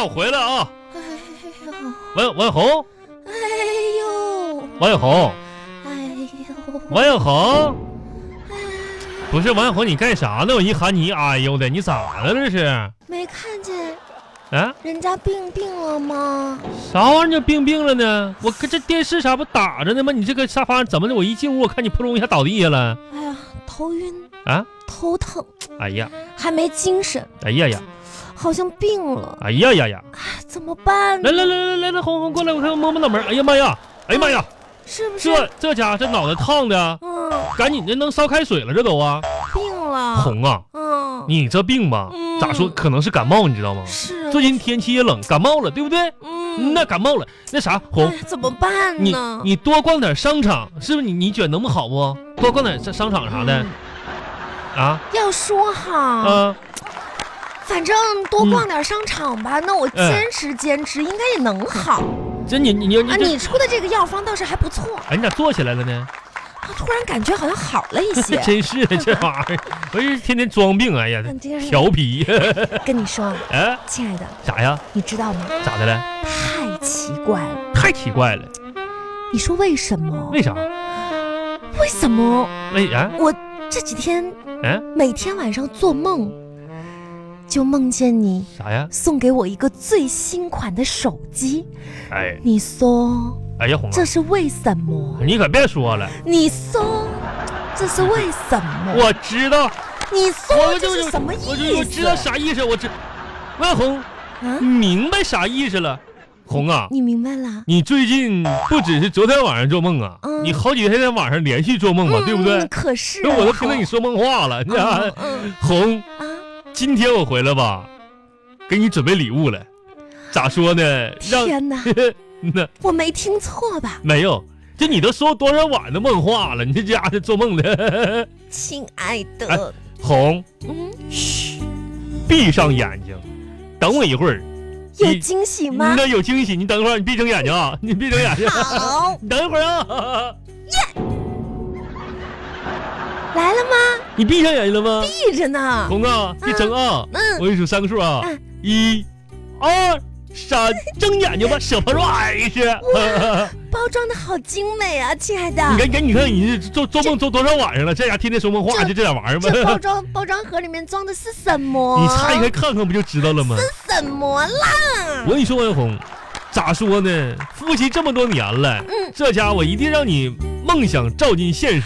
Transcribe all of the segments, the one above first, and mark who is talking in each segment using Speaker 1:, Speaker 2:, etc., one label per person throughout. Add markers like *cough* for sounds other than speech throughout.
Speaker 1: 哎回来啊！
Speaker 2: 哎呦，
Speaker 1: 王王红，
Speaker 2: 哎呦，
Speaker 1: 王红，
Speaker 2: 哎呦，
Speaker 1: 王红，不是王红，你干啥呢？我一喊你一哎呦的，你咋了这是？
Speaker 2: 没看见
Speaker 1: 啊，
Speaker 2: 人家病病了吗？
Speaker 1: 啥玩意儿就病病了呢？我跟这电视啥不打着呢吗？你这个沙发怎么的？我一进屋我看你扑通一下倒地下了
Speaker 2: 哎呀，头晕，
Speaker 1: 啊！
Speaker 2: 头疼，
Speaker 1: 哎呀，
Speaker 2: 还没精神，
Speaker 1: 哎呀呀，
Speaker 2: 好像病了，
Speaker 1: 哎呀呀呀！
Speaker 2: 哎，怎么办呢？
Speaker 1: 来来来来来来，红红过来，我看摸摸脑门儿。哎呀妈呀！哎呀妈呀！
Speaker 2: 是不是？
Speaker 1: 这这家伙这脑袋烫的，啊
Speaker 2: 嗯，
Speaker 1: 赶紧这能烧开水了，这都啊！
Speaker 2: 病了，
Speaker 1: 红啊，
Speaker 2: 嗯，
Speaker 1: 你这病吧，
Speaker 2: 嗯
Speaker 1: 咋说？可能是感冒，你知道吗？
Speaker 2: 是啊
Speaker 1: 最近天气也冷，感冒了，对不对？
Speaker 2: 嗯，
Speaker 1: 那感冒了，那啥，红
Speaker 2: 哎，呀，怎么办
Speaker 1: 你
Speaker 2: 呢？
Speaker 1: 你多逛点商场，是不是？你你觉得能不好不？多逛点商商场啥
Speaker 2: 嗯
Speaker 1: 的，啊
Speaker 2: 要说哈，
Speaker 1: 啊，
Speaker 2: 反正多逛点商场吧。那我
Speaker 1: 哎
Speaker 2: 坚持坚持，应该也能好
Speaker 1: 这你你你
Speaker 2: 啊。
Speaker 1: 这，
Speaker 2: 你出的这个药方倒是还不错，
Speaker 1: 哎，你咋坐起来了呢？
Speaker 2: 啊突然感觉好像好了一些。
Speaker 1: 真是
Speaker 2: *laughs*
Speaker 1: 的， *laughs* 这玩意儿， *laughs* 不是天天装病，哎呀，
Speaker 2: 嗯真是
Speaker 1: 调皮， *laughs*
Speaker 2: 跟你说，
Speaker 1: 哎，
Speaker 2: 亲爱的，
Speaker 1: 啥呀？
Speaker 2: 你知道吗？
Speaker 1: 咋的了？
Speaker 2: 太奇怪了。
Speaker 1: 太奇怪了，
Speaker 2: 你说为什么？
Speaker 1: 为啥？
Speaker 2: 为什么
Speaker 1: 为啊？
Speaker 2: 我这几天
Speaker 1: 哎，
Speaker 2: 每天晚上做梦，就梦见你
Speaker 1: 啥呀？
Speaker 2: 送给我一个最新款的手机？
Speaker 1: 哎，
Speaker 2: 你说
Speaker 1: 哎呀，红
Speaker 2: 这
Speaker 1: 啊，
Speaker 2: 是为什么？
Speaker 1: 你可别说了，
Speaker 2: 你说这是为什么？
Speaker 1: 我知道，
Speaker 2: 你说
Speaker 1: 我
Speaker 2: 这
Speaker 1: 就是
Speaker 2: 什么
Speaker 1: 我就
Speaker 2: 意
Speaker 1: 我
Speaker 2: 思？
Speaker 1: 知道啥意思，我知，万红，
Speaker 2: 啊
Speaker 1: 你？明白啥意思了，红啊。
Speaker 2: 你明白了？
Speaker 1: 你最近不只是昨天晚上做梦啊，
Speaker 2: 嗯
Speaker 1: 你好几天晚上连续做梦啊，对不
Speaker 2: 嗯
Speaker 1: 对？
Speaker 2: 可是
Speaker 1: 那我都听到你说梦话了，你
Speaker 2: 啊
Speaker 1: 看，
Speaker 2: 嗯
Speaker 1: 红，
Speaker 2: 啊！
Speaker 1: 今天我回来吧，给你准备礼物了，咋说呢？ *laughs* 让
Speaker 2: 天哪，
Speaker 1: *laughs* 那
Speaker 2: 我没听错吧，
Speaker 1: 没有，这你都说多少晚的梦话了，你这家伙做梦的， *laughs*
Speaker 2: 亲爱
Speaker 1: 哎
Speaker 2: 的？
Speaker 1: 红，
Speaker 2: 嗯，
Speaker 1: 闭上眼睛，等我一会儿，
Speaker 2: 有
Speaker 1: 你
Speaker 2: 惊喜吗？
Speaker 1: 那有惊喜，你等会儿，你闭上眼睛啊，你闭上眼睛，
Speaker 2: *laughs* 好，
Speaker 1: 你等一会儿啊，
Speaker 2: 来了吗？
Speaker 1: 你闭上眼睛了吗？
Speaker 2: 闭着呢。
Speaker 1: 红啊，别睁啊！
Speaker 2: 嗯
Speaker 1: 我给你数三个数啊
Speaker 2: 嗯，
Speaker 1: 一、二、三，睁眼睛吧，舍不得哎是。
Speaker 2: 包装的好精美啊，亲爱的。
Speaker 1: 你看，你看，你看，你这做做梦做多少晚上了？这家天天说梦话，
Speaker 2: 这
Speaker 1: 就这点玩意儿
Speaker 2: 这包
Speaker 1: 吗？
Speaker 2: 装包装盒里面装的是什么？
Speaker 1: *laughs* 你拆开看看不就知道了吗？
Speaker 2: 什么啦？
Speaker 1: 我跟你说，王红，咋说呢？夫妻这么多年了，
Speaker 2: 嗯
Speaker 1: 这家伙一定让你梦想照进现实。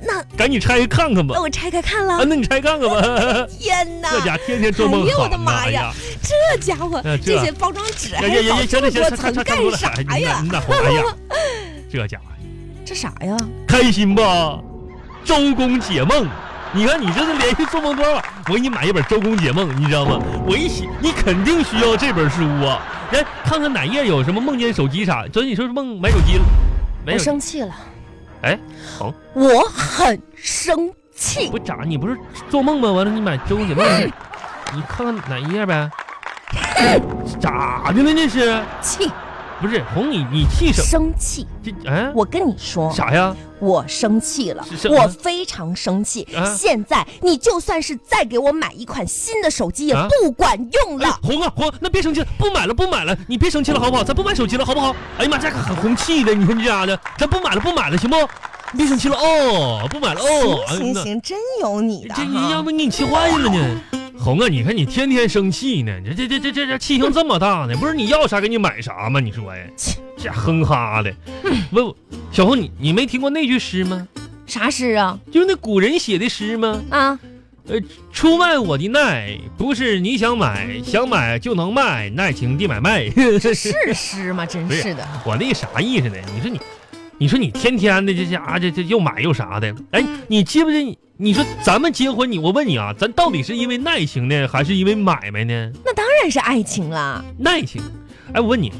Speaker 2: 那
Speaker 1: 赶紧拆开看看吧
Speaker 2: 那。我拆开看
Speaker 1: 啊，
Speaker 2: 了。
Speaker 1: 那你拆开看看吧。
Speaker 2: 天
Speaker 1: *laughs*
Speaker 2: 哪！
Speaker 1: 这家天天做梦
Speaker 2: 哎呦
Speaker 1: 好
Speaker 2: 我的妈
Speaker 1: 哎
Speaker 2: 呀
Speaker 1: 呀！
Speaker 2: 这家伙，
Speaker 1: 呃这
Speaker 2: 这些包装纸还
Speaker 1: 呀呀呀！
Speaker 2: 搞
Speaker 1: 行
Speaker 2: 这么
Speaker 1: 了行
Speaker 2: 多
Speaker 1: 了，差
Speaker 2: 层
Speaker 1: 差差不多
Speaker 2: 干
Speaker 1: 了。
Speaker 2: 啥呀
Speaker 1: 你？那红，哎呀，这家伙
Speaker 2: 这啥呀？
Speaker 1: 开心吧？周公解梦，你看你这是连续做梦多少晚？我给你买一本《周公解梦》，你知道吗？我一写，你肯定需要这本书啊。来看看哪页有什么梦见手机啥？昨天你说是梦买手机了，没
Speaker 2: 我
Speaker 1: 有？
Speaker 2: 生气了，
Speaker 1: 哎，好，
Speaker 2: 我很生气。
Speaker 1: 不咋，你不是做梦吗？完了你买《周公解梦》，你看看哪一页呗？咋的了这是？
Speaker 2: 气，
Speaker 1: 不是红你你气什么？
Speaker 2: 生气！
Speaker 1: 这哎
Speaker 2: 我跟你说，
Speaker 1: 啥呀？
Speaker 2: 我生气了
Speaker 1: 是什，么
Speaker 2: 我非常生气
Speaker 1: 啊。
Speaker 2: 现在你就算是再给我买一款新的手机，也
Speaker 1: 啊
Speaker 2: 不管用
Speaker 1: 哎
Speaker 2: 了。，
Speaker 1: 红啊红，那别生气了，不买了不买了，你别生气了好不好？咱不买手机了好不好？哎呀妈，这可很红气的，你看这家的，咱不买了不买了行不？别生气了哦，不买了哦。哎
Speaker 2: 行行，啊行，真有你
Speaker 1: 那
Speaker 2: 的
Speaker 1: 这你要
Speaker 2: 哈！
Speaker 1: 不给你气坏了呢？红啊，你看你天天生气呢，你这这这这这这气性这么大呢，不是你要啥给你买啥吗？你说哎，这家哼哈的。
Speaker 2: 嗯
Speaker 1: 问我小红，你你没听过那句诗吗？
Speaker 2: 啥事啊？
Speaker 1: 就是那古人写的诗吗？
Speaker 2: 啊，
Speaker 1: 呃，出卖我的耐，不是你想买，想买就能卖，耐情地买卖。 *laughs*
Speaker 2: 这是诗吗？真是的，
Speaker 1: 我那啥意思呢？你说你，你说你天天的这家伙这这又买又啥的，哎，你记不记得你？你说咱们结婚，你我问你啊，咱到底是因为耐情呢，还是因为买卖呢？
Speaker 2: 那当然是爱情啦。
Speaker 1: 耐情，哎，我问你，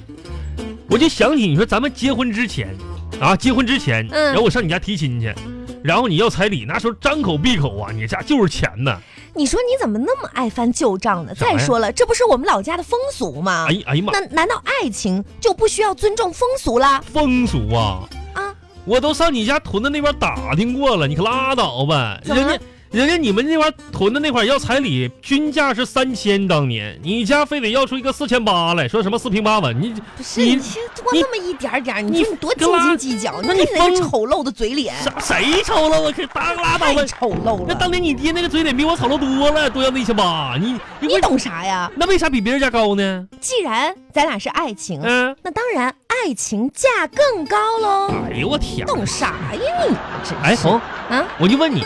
Speaker 1: 我就想起你说咱们结婚之前啊，结婚之前，
Speaker 2: 嗯
Speaker 1: 然后我上你家提亲去，然后你要彩礼，那时候张口闭口啊，你家就是钱呐，
Speaker 2: 你说你怎么那么爱翻旧账呢？
Speaker 1: 啥呀
Speaker 2: 再说了，这不是我们老家的风俗吗？
Speaker 1: 哎呀哎呀妈，
Speaker 2: 那难道爱情就不需要尊重风俗啦？
Speaker 1: 风俗啊
Speaker 2: 啊！
Speaker 1: 我都上你家屯子那边打听过了，你可拉倒吧！
Speaker 2: 怎么
Speaker 1: 人
Speaker 2: 了
Speaker 1: 家人家你们那块儿屯的那块儿要彩礼均价是三千，当年你家非得要出一个四千八来，说什么四平八稳，你
Speaker 2: 不是
Speaker 1: 你
Speaker 2: 你这多
Speaker 1: 你
Speaker 2: 那么一点儿点儿，
Speaker 1: 你
Speaker 2: 你说你多斤
Speaker 1: 干嘛
Speaker 2: 斤计较，
Speaker 1: 那
Speaker 2: 看
Speaker 1: 你
Speaker 2: 人家
Speaker 1: 疯
Speaker 2: 丑陋的嘴脸，
Speaker 1: 啥谁抽了我去，当拉倒吧
Speaker 2: 太！丑陋
Speaker 1: 那当
Speaker 2: 了。
Speaker 1: 年你爹那个嘴脸比我丑陋多了，多要那一千八，你你
Speaker 2: 你
Speaker 1: 为
Speaker 2: 懂啥呀？
Speaker 1: 那为啥比别人家高呢？
Speaker 2: 既然咱俩是爱情，
Speaker 1: 嗯、
Speaker 2: 那当然爱情价更高喽。
Speaker 1: 哎呦我天！
Speaker 2: 懂啥呀你？真是
Speaker 1: 哎，红，
Speaker 2: 啊，
Speaker 1: 我就问你，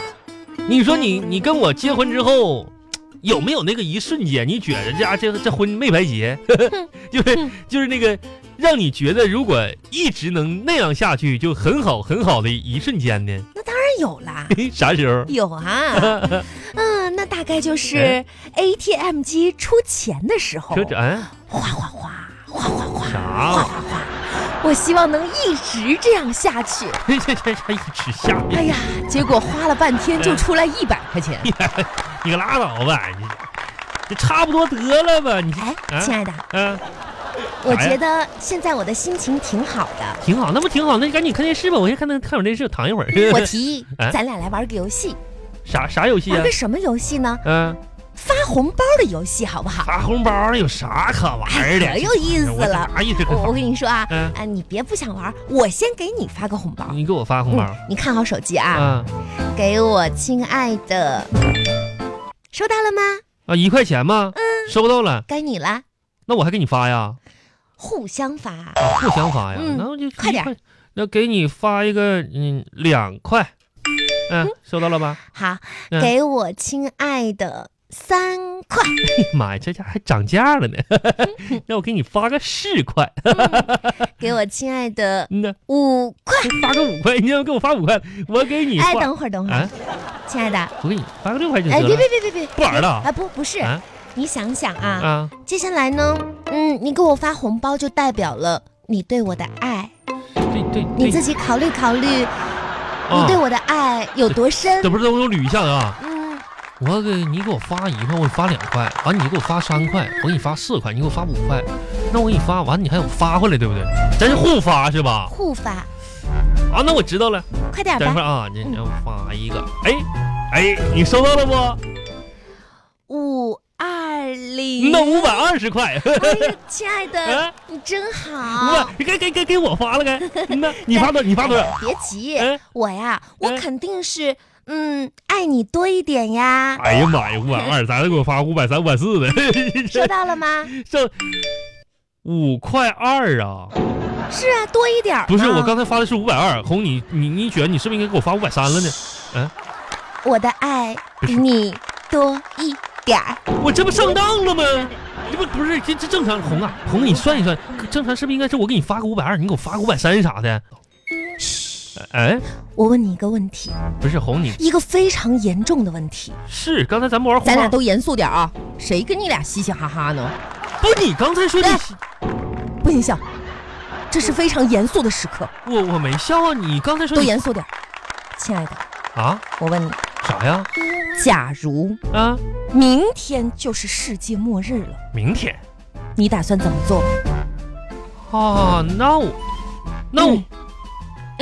Speaker 1: 你说你你跟我结婚之后，有没有那个一瞬间，你觉得这家这这婚没白结？就是
Speaker 2: 嗯
Speaker 1: 就是那个让你觉得如果一直能那样下去，就很好很好的一瞬间呢？
Speaker 2: 当然有啦，
Speaker 1: 啥时候？*laughs*
Speaker 2: 有啊。嗯，那大概
Speaker 1: 哎
Speaker 2: 就是 ATM 机出钱的时候
Speaker 1: 说，这啊
Speaker 2: 哗哗哗哗哗哗哗
Speaker 1: 啥？
Speaker 2: 哗哗。我希望能一直这样下去。
Speaker 1: 这这这这一直下去
Speaker 2: 哎呀，结果花了半天就出来一百
Speaker 1: 哎
Speaker 2: 块钱。
Speaker 1: 你可拉倒吧，你这差不多得了吧？你
Speaker 2: 哎，
Speaker 1: 啊
Speaker 2: 亲爱的，
Speaker 1: 嗯、
Speaker 2: 我觉得现在我的心情挺好
Speaker 1: *laughs*
Speaker 2: 的。
Speaker 1: 挺好，那不挺好？那就赶紧看电视吧，我先看那看会儿电视，躺一会儿。
Speaker 2: 我提议
Speaker 1: 哎，
Speaker 2: 咱俩来玩个游戏，
Speaker 1: 啥啥游戏
Speaker 2: 玩
Speaker 1: 啊
Speaker 2: 个？什么游戏呢？
Speaker 1: 嗯、
Speaker 2: 发红包的游戏，好不好？
Speaker 1: 发红包儿有啥可玩儿的？
Speaker 2: 哎可有意思
Speaker 1: 我这
Speaker 2: 了。
Speaker 1: 啥意思可
Speaker 2: 我
Speaker 1: 发
Speaker 2: 我跟你说啊
Speaker 1: 嗯，
Speaker 2: 啊，你别不想玩，我先给你发个红包。
Speaker 1: 你给我发红包
Speaker 2: 嗯
Speaker 1: 儿。，
Speaker 2: 你看好手机啊，
Speaker 1: 啊
Speaker 2: 给我亲爱的，收到了吗？
Speaker 1: 啊，一块钱吗？
Speaker 2: 嗯
Speaker 1: 收到了，
Speaker 2: 该你了，
Speaker 1: 那我还给你发呀？
Speaker 2: 互相发。
Speaker 1: 啊，互相发呀。
Speaker 2: 嗯
Speaker 1: 那我就
Speaker 2: 快点儿
Speaker 1: 一块，那给你发一个，嗯，两块。嗯，收到了 *laughs* 吧？
Speaker 2: 好，
Speaker 1: 嗯
Speaker 2: 给我亲爱的三块。
Speaker 1: 哎妈呀，这家还涨价了呢！
Speaker 2: 嗯
Speaker 1: *laughs* 那我给你发个四块，
Speaker 2: 给我亲爱的
Speaker 1: 嗯呐，
Speaker 2: 五块。
Speaker 1: 发个五块，你要给我发五块，我给你
Speaker 2: 哎，
Speaker 1: 发，
Speaker 2: 等会儿，等会儿，
Speaker 1: 啊，
Speaker 2: 亲爱的，
Speaker 1: 我给你发个六块就
Speaker 2: 哎，
Speaker 1: 行
Speaker 2: 别
Speaker 1: 了
Speaker 2: 别别别别，
Speaker 1: 不玩了
Speaker 2: 啊，不不是
Speaker 1: 啊，
Speaker 2: 你想想啊，
Speaker 1: 啊！
Speaker 2: 接下来呢，嗯，你给我发红包就代表了你对我的爱，
Speaker 1: 对对
Speaker 2: 你
Speaker 1: 对，
Speaker 2: 自己考虑考虑，你
Speaker 1: 啊
Speaker 2: 对我的爱有多深
Speaker 1: 这？不是我捋一下子啊？
Speaker 2: 嗯，
Speaker 1: 我给你给我发一块，我给你发两块，完你给我发三块，我给你发四块，你给我发五块，那我给你发完，你还有发回来，对不对？咱是互发是吧？
Speaker 2: 互发，
Speaker 1: 啊，那我知道了，
Speaker 2: 快点
Speaker 1: 等一会
Speaker 2: 吧，
Speaker 1: 儿啊，你你要发一个，哎哎，你收到了不？
Speaker 2: 五二零。
Speaker 1: 那五百二十块， *laughs*
Speaker 2: 哎呀，亲爱的，
Speaker 1: 啊，
Speaker 2: 你真好。
Speaker 1: 我给给给给我发了 *laughs* 该，那你发多你发多少？
Speaker 2: 别急
Speaker 1: 嗯，
Speaker 2: 我呀，我
Speaker 1: 嗯
Speaker 2: 肯定是，嗯，爱你多一点呀。
Speaker 1: 哎呀妈呀，五百二，咱给我发五百三、五百四的， *laughs*
Speaker 2: 收到了吗？
Speaker 1: 这五块二啊！
Speaker 2: 是啊，多一点儿嘛。
Speaker 1: 不是，我刚才发的是五百二，红你你你觉得你是不是应该给我发五百三了呢？
Speaker 2: 我的爱比你多一点儿。
Speaker 1: 我这不上当了吗？这不不是这这正常红啊红，你算一算，正常是不是应该是我给你发个五百二，你给我发个五百三啥的？哎，
Speaker 2: 我问你一个问题，
Speaker 1: 不是红，你
Speaker 2: 一个非常严重的问题，
Speaker 1: 是刚才咱不玩红
Speaker 2: 咱俩
Speaker 1: 包，
Speaker 2: 都严肃点儿啊！谁跟你俩嘻嘻哈哈呢？
Speaker 1: 不是你刚才说你
Speaker 2: 哎不许笑，这是非常严肃的时刻，
Speaker 1: 我我没笑啊，你刚才说
Speaker 2: 都
Speaker 1: 你
Speaker 2: 严肃点儿。亲爱的，
Speaker 1: 啊
Speaker 2: 我问你，
Speaker 1: 啥呀
Speaker 2: 假如
Speaker 1: 啊，
Speaker 2: 明天就是世界末日了，
Speaker 1: 明天
Speaker 2: 你打算怎么做？
Speaker 1: 啊，那我那我
Speaker 2: 嗯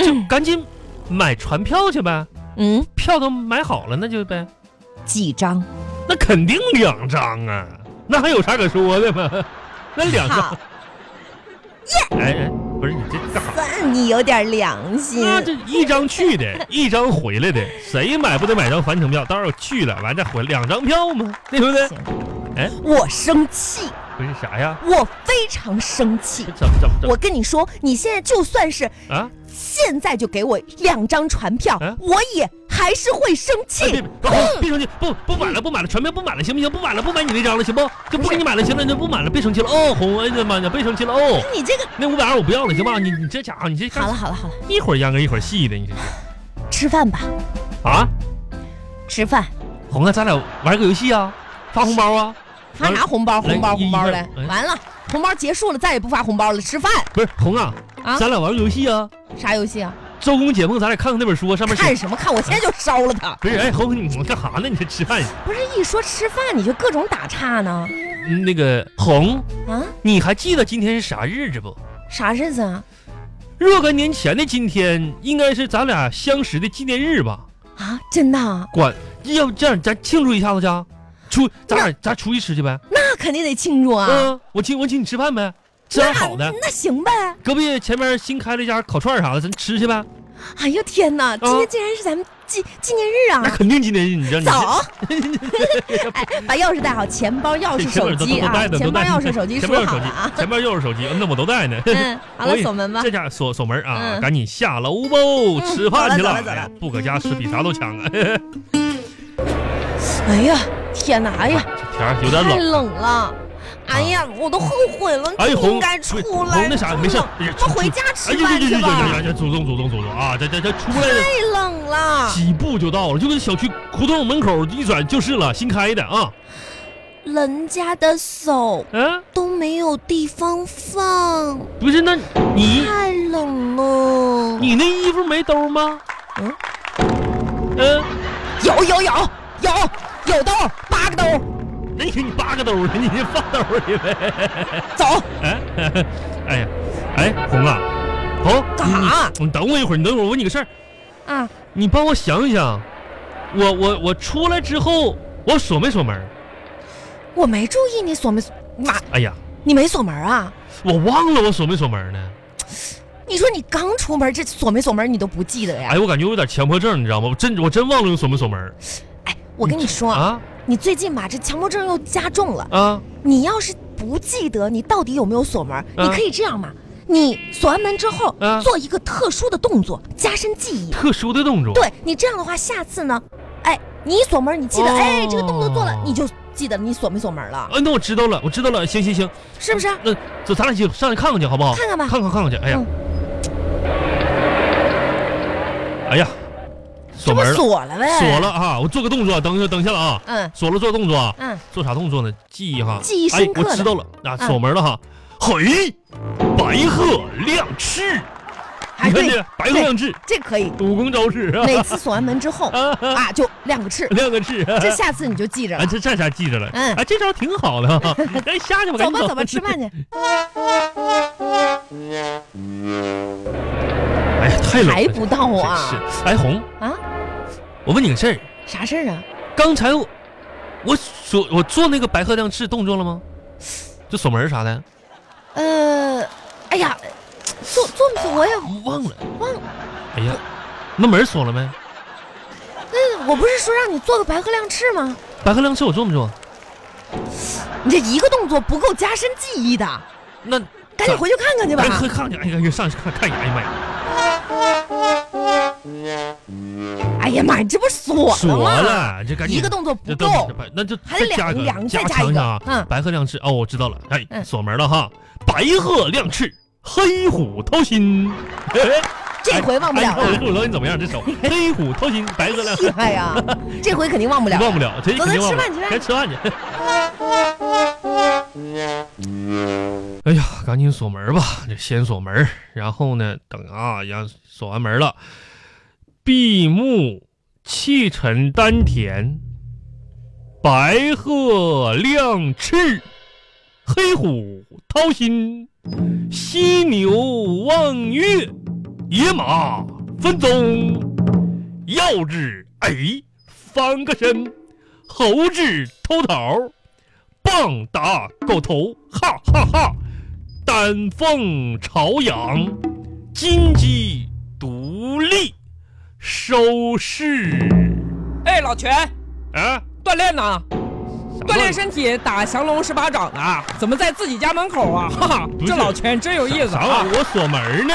Speaker 1: 就赶紧买船票去呗，
Speaker 2: 嗯，
Speaker 1: 票都买好了那就呗，
Speaker 2: 几张？
Speaker 1: 那肯定两张啊，那还有啥可说的吗？那两张。
Speaker 2: 好，
Speaker 1: 哎哎，不是你这干啥？
Speaker 2: 算你有点良心。
Speaker 1: 那这一张去的，一张回来的，谁买不得买张返程票？到时候去了，完再回来两张票嘛，对不对？
Speaker 2: 行
Speaker 1: 哎，
Speaker 2: 我生气，
Speaker 1: 不是啥呀？
Speaker 2: 我非常生气
Speaker 1: 这。怎么怎么怎
Speaker 2: 我跟你说，你现在就算是
Speaker 1: 么啊？
Speaker 2: 现在就给我两张船票，
Speaker 1: 啊
Speaker 2: 我也还是会生
Speaker 1: 哎
Speaker 2: 气。
Speaker 1: 别别别生气，不不买了，不买了，船票不买了，行不行？不买了，不买你那张了，行不？就不给你买了，行了，就不买了，别生气了哦，红，哎呀妈呀，别生气了哦，
Speaker 2: 你这个
Speaker 1: 那五百二我不要了，行吧？你你这家伙，你这
Speaker 2: 好了好了好了，
Speaker 1: 一会儿秧歌一会儿戏的，你这是
Speaker 2: 吃饭吧，
Speaker 1: 啊？
Speaker 2: 吃饭
Speaker 1: 红啊，咱俩玩个游戏啊，发红包啊？
Speaker 2: 发啥红包？
Speaker 1: 来
Speaker 2: 红包
Speaker 1: 一
Speaker 2: 红包
Speaker 1: 一
Speaker 2: 的
Speaker 1: 份哎，
Speaker 2: 完了，红包结束了，再也不发红包了。吃饭
Speaker 1: 不是红啊，
Speaker 2: 啊
Speaker 1: 咱俩玩个游戏啊。
Speaker 2: 啥游戏啊？
Speaker 1: 周公解梦，咱俩看看那本书，啊上面写
Speaker 2: 看什么看？我现在就烧了它。
Speaker 1: 不是哎，红，你干啥呢？你这吃饭？
Speaker 2: 不是一说吃饭你就各种打岔呢？
Speaker 1: 嗯那个红，
Speaker 2: 啊，
Speaker 1: 你还记得今天是啥日子不？
Speaker 2: 啥日子啊？
Speaker 1: 若干年前的今天，应该是咱俩相识的纪念日吧？
Speaker 2: 啊，真的啊？
Speaker 1: 管要不这样，咱庆祝一下子去，出咱俩咱出去吃去呗。
Speaker 2: 那肯定得庆祝啊。
Speaker 1: 嗯，我请我请你吃饭呗，吃
Speaker 2: 那
Speaker 1: 点好的。
Speaker 2: 那行呗。
Speaker 1: 隔壁前面新开了一家烤串儿啥的，咱吃去呗。
Speaker 2: 哎呦天哪，
Speaker 1: 嗯
Speaker 2: 今天竟然是咱们纪纪念日
Speaker 1: 那
Speaker 2: 啊！
Speaker 1: 肯定今天你让你
Speaker 2: 走，哎，把钥匙带好，钱包、钥 *laughs* 匙、手机啊，钱包、钥匙、手机
Speaker 1: 前
Speaker 2: 说
Speaker 1: 面
Speaker 2: 好
Speaker 1: 手
Speaker 2: 了
Speaker 1: 机 *laughs*
Speaker 2: 啊。，
Speaker 1: 前面又是手机，嗯那我都带呢。
Speaker 2: 嗯，
Speaker 1: *laughs*
Speaker 2: 好了
Speaker 1: 我，也
Speaker 2: 锁门吧
Speaker 1: 这。家锁锁门啊，
Speaker 2: 嗯
Speaker 1: 赶紧下楼不
Speaker 2: 嗯
Speaker 1: 吃饭去
Speaker 2: 走了
Speaker 1: 了。
Speaker 2: 走了
Speaker 1: 哎呀
Speaker 2: 走
Speaker 1: 不搁家吃比啥都强啊！
Speaker 2: 哎呀，天哪，哎
Speaker 1: *laughs*
Speaker 2: 呀，
Speaker 1: 天儿有点
Speaker 2: 太
Speaker 1: 冷。啊
Speaker 2: 冷了。哎呀，我都后悔了，
Speaker 1: 哎，
Speaker 2: 不
Speaker 1: 红
Speaker 2: 应该
Speaker 1: 红
Speaker 2: 出来。
Speaker 1: 那啥，
Speaker 2: 真
Speaker 1: 没事
Speaker 2: 冷，
Speaker 1: 哎呀
Speaker 2: 我们回家
Speaker 1: 哎
Speaker 2: 吃
Speaker 1: 呀呀呀
Speaker 2: 饭去
Speaker 1: 呀呀
Speaker 2: 吧。
Speaker 1: 呀！祖宗祖宗祖宗啊！这这这出来了
Speaker 2: 太冷了，
Speaker 1: 几步就到了，就跟小区胡同门口一转就是了，新开的啊。
Speaker 2: 人家的手
Speaker 1: 嗯，
Speaker 2: 都没有地方放，
Speaker 1: 不是，那你
Speaker 2: 太冷了。
Speaker 1: 你那衣服没兜吗？
Speaker 2: 嗯
Speaker 1: 嗯，
Speaker 2: 有有有有有兜儿，八个兜儿，
Speaker 1: 那你给你八个兜呢，你这放兜里呗。
Speaker 2: 走。
Speaker 1: 哎，哎呀，哎，红啊，红，
Speaker 2: 干啥
Speaker 1: 你？你等我一会儿，你等会儿，我问你个事儿，
Speaker 2: 啊，
Speaker 1: 你帮我想一想，我我我出来之后，我锁没锁门儿？
Speaker 2: 我没注意你锁没锁，妈，
Speaker 1: 哎呀，
Speaker 2: 你没锁门啊？
Speaker 1: 我忘了我锁没锁门呢。
Speaker 2: 你说你刚出门，这锁没锁门你都不记得呀？
Speaker 1: 哎，我感觉我有点强迫症，你知道吗？我真我真忘了我锁没锁门儿
Speaker 2: 哎，我跟你说，
Speaker 1: 啊
Speaker 2: 你最近吧，这强迫症又加重了。
Speaker 1: 啊！
Speaker 2: 你要是不记得你到底有没有锁门，
Speaker 1: 嗯
Speaker 2: 你可以这样嘛，你锁完门之后、
Speaker 1: 嗯
Speaker 2: 做一个特殊的动作，加深记忆。
Speaker 1: 特殊的动作，
Speaker 2: 对你这样的话，下次呢，哎，你一锁门，你记得，
Speaker 1: 哦
Speaker 2: 哎，这个动作做了，你就记得你锁没锁门了，
Speaker 1: 啊，那我知道了，我知道了，行行行，
Speaker 2: 是不啊是？
Speaker 1: 那走，咱俩一起上去看看去，好不好？
Speaker 2: 看看吧
Speaker 1: 看看看看去。哎呀，
Speaker 2: 嗯
Speaker 1: 哎呀，
Speaker 2: 这
Speaker 1: 锁
Speaker 2: 不
Speaker 1: 门了，
Speaker 2: 锁了呗？
Speaker 1: 锁了。啊！我做个动作，等一下，等一下了啊！
Speaker 2: 嗯
Speaker 1: 锁了做动作啊，
Speaker 2: 嗯，
Speaker 1: 做啥动作呢？记忆哈，
Speaker 2: 记忆
Speaker 1: 哎
Speaker 2: 深，刻
Speaker 1: 我
Speaker 2: 的
Speaker 1: 知道了啊，
Speaker 2: 嗯
Speaker 1: 锁门了哈。嘿，白鹤亮翅，
Speaker 2: 哎
Speaker 1: 你看
Speaker 2: 对
Speaker 1: 这白鹤亮翅，
Speaker 2: 这可以。
Speaker 1: 武功招式啊
Speaker 2: 每次锁完门之后
Speaker 1: 啊啊，
Speaker 2: 啊，就亮个翅，
Speaker 1: *laughs* 亮个翅。*laughs*
Speaker 2: 这下次你就记着
Speaker 1: 啊，
Speaker 2: 了。
Speaker 1: 这这下记着了，
Speaker 2: 嗯
Speaker 1: 啊，这招挺好的
Speaker 2: *laughs*
Speaker 1: 哈。哎，下去吧，赶紧
Speaker 2: 走吧走吧，吃饭去。
Speaker 1: *laughs* 哎呀，太冷了，
Speaker 2: 还不到啊
Speaker 1: 真是，哎，红，
Speaker 2: 啊，
Speaker 1: 我问你个事儿，
Speaker 2: 啥事儿啊？
Speaker 1: 刚才我我锁我做那个白鹤亮翅动作了吗？就锁门啥的，
Speaker 2: 呃，哎呀，做做没做？我也
Speaker 1: 忘了。
Speaker 2: 忘了。
Speaker 1: 哎呀，那门锁了没？
Speaker 2: 那我不是说让你做个白鹤亮翅吗？
Speaker 1: 白鹤亮翅我做没做？
Speaker 2: 你这一个动作不够加深记忆的，
Speaker 1: 那
Speaker 2: 赶紧回去看看去吧
Speaker 1: 哎，。快看去！哎呀，上去看看一眼！哎呀妈呀，
Speaker 2: 哎呀妈呀，你这不是锁
Speaker 1: 锁
Speaker 2: 了吗？
Speaker 1: 了，这赶紧
Speaker 2: 一个动作
Speaker 1: 这
Speaker 2: 不
Speaker 1: 都
Speaker 2: 够
Speaker 1: 这，白那就
Speaker 2: 还得
Speaker 1: 再加一个
Speaker 2: 两个
Speaker 1: 加
Speaker 2: 再加一
Speaker 1: 强
Speaker 2: 个
Speaker 1: 一下啊！
Speaker 2: 嗯
Speaker 1: 白鹤亮翅哦，我知道了，哎，
Speaker 2: 嗯
Speaker 1: 锁门了哈！白鹤亮翅，黑虎掏心。
Speaker 2: 这回忘不了
Speaker 1: 哎你看我这。虎
Speaker 2: 了
Speaker 1: 掏心怎么样？这
Speaker 2: *laughs*
Speaker 1: 手，黑虎掏心，白鹤亮
Speaker 2: 厉 *laughs*
Speaker 1: 翅，
Speaker 2: 害呀，这回肯定忘不了。
Speaker 1: 哎忘不了，这
Speaker 2: 走
Speaker 1: 肯定忘不
Speaker 2: 咱吃
Speaker 1: 了。
Speaker 2: 饭去
Speaker 1: 该吃饭去。 *laughs* 哎呀，赶紧锁门吧，这先锁门，然后呢，等啊，然后锁完门了，闭目气沉丹田，白鹤亮翅，黑虎掏心，犀牛望月，野马分鬃，药至哎翻个身，猴至偷桃，棒打狗头，哈哈哈！丹凤朝阳，金鸡独立，收视
Speaker 3: 哎，老全，
Speaker 1: 啊！
Speaker 3: 锻炼呢？锻炼
Speaker 1: 啥
Speaker 3: 身体，打降龙十八掌呢？怎么在自己家门口啊？哈哈 *laughs*
Speaker 1: 不，是
Speaker 3: 这老全真有意思
Speaker 1: 啥玩
Speaker 3: 啊
Speaker 1: 意！儿？我锁门呢。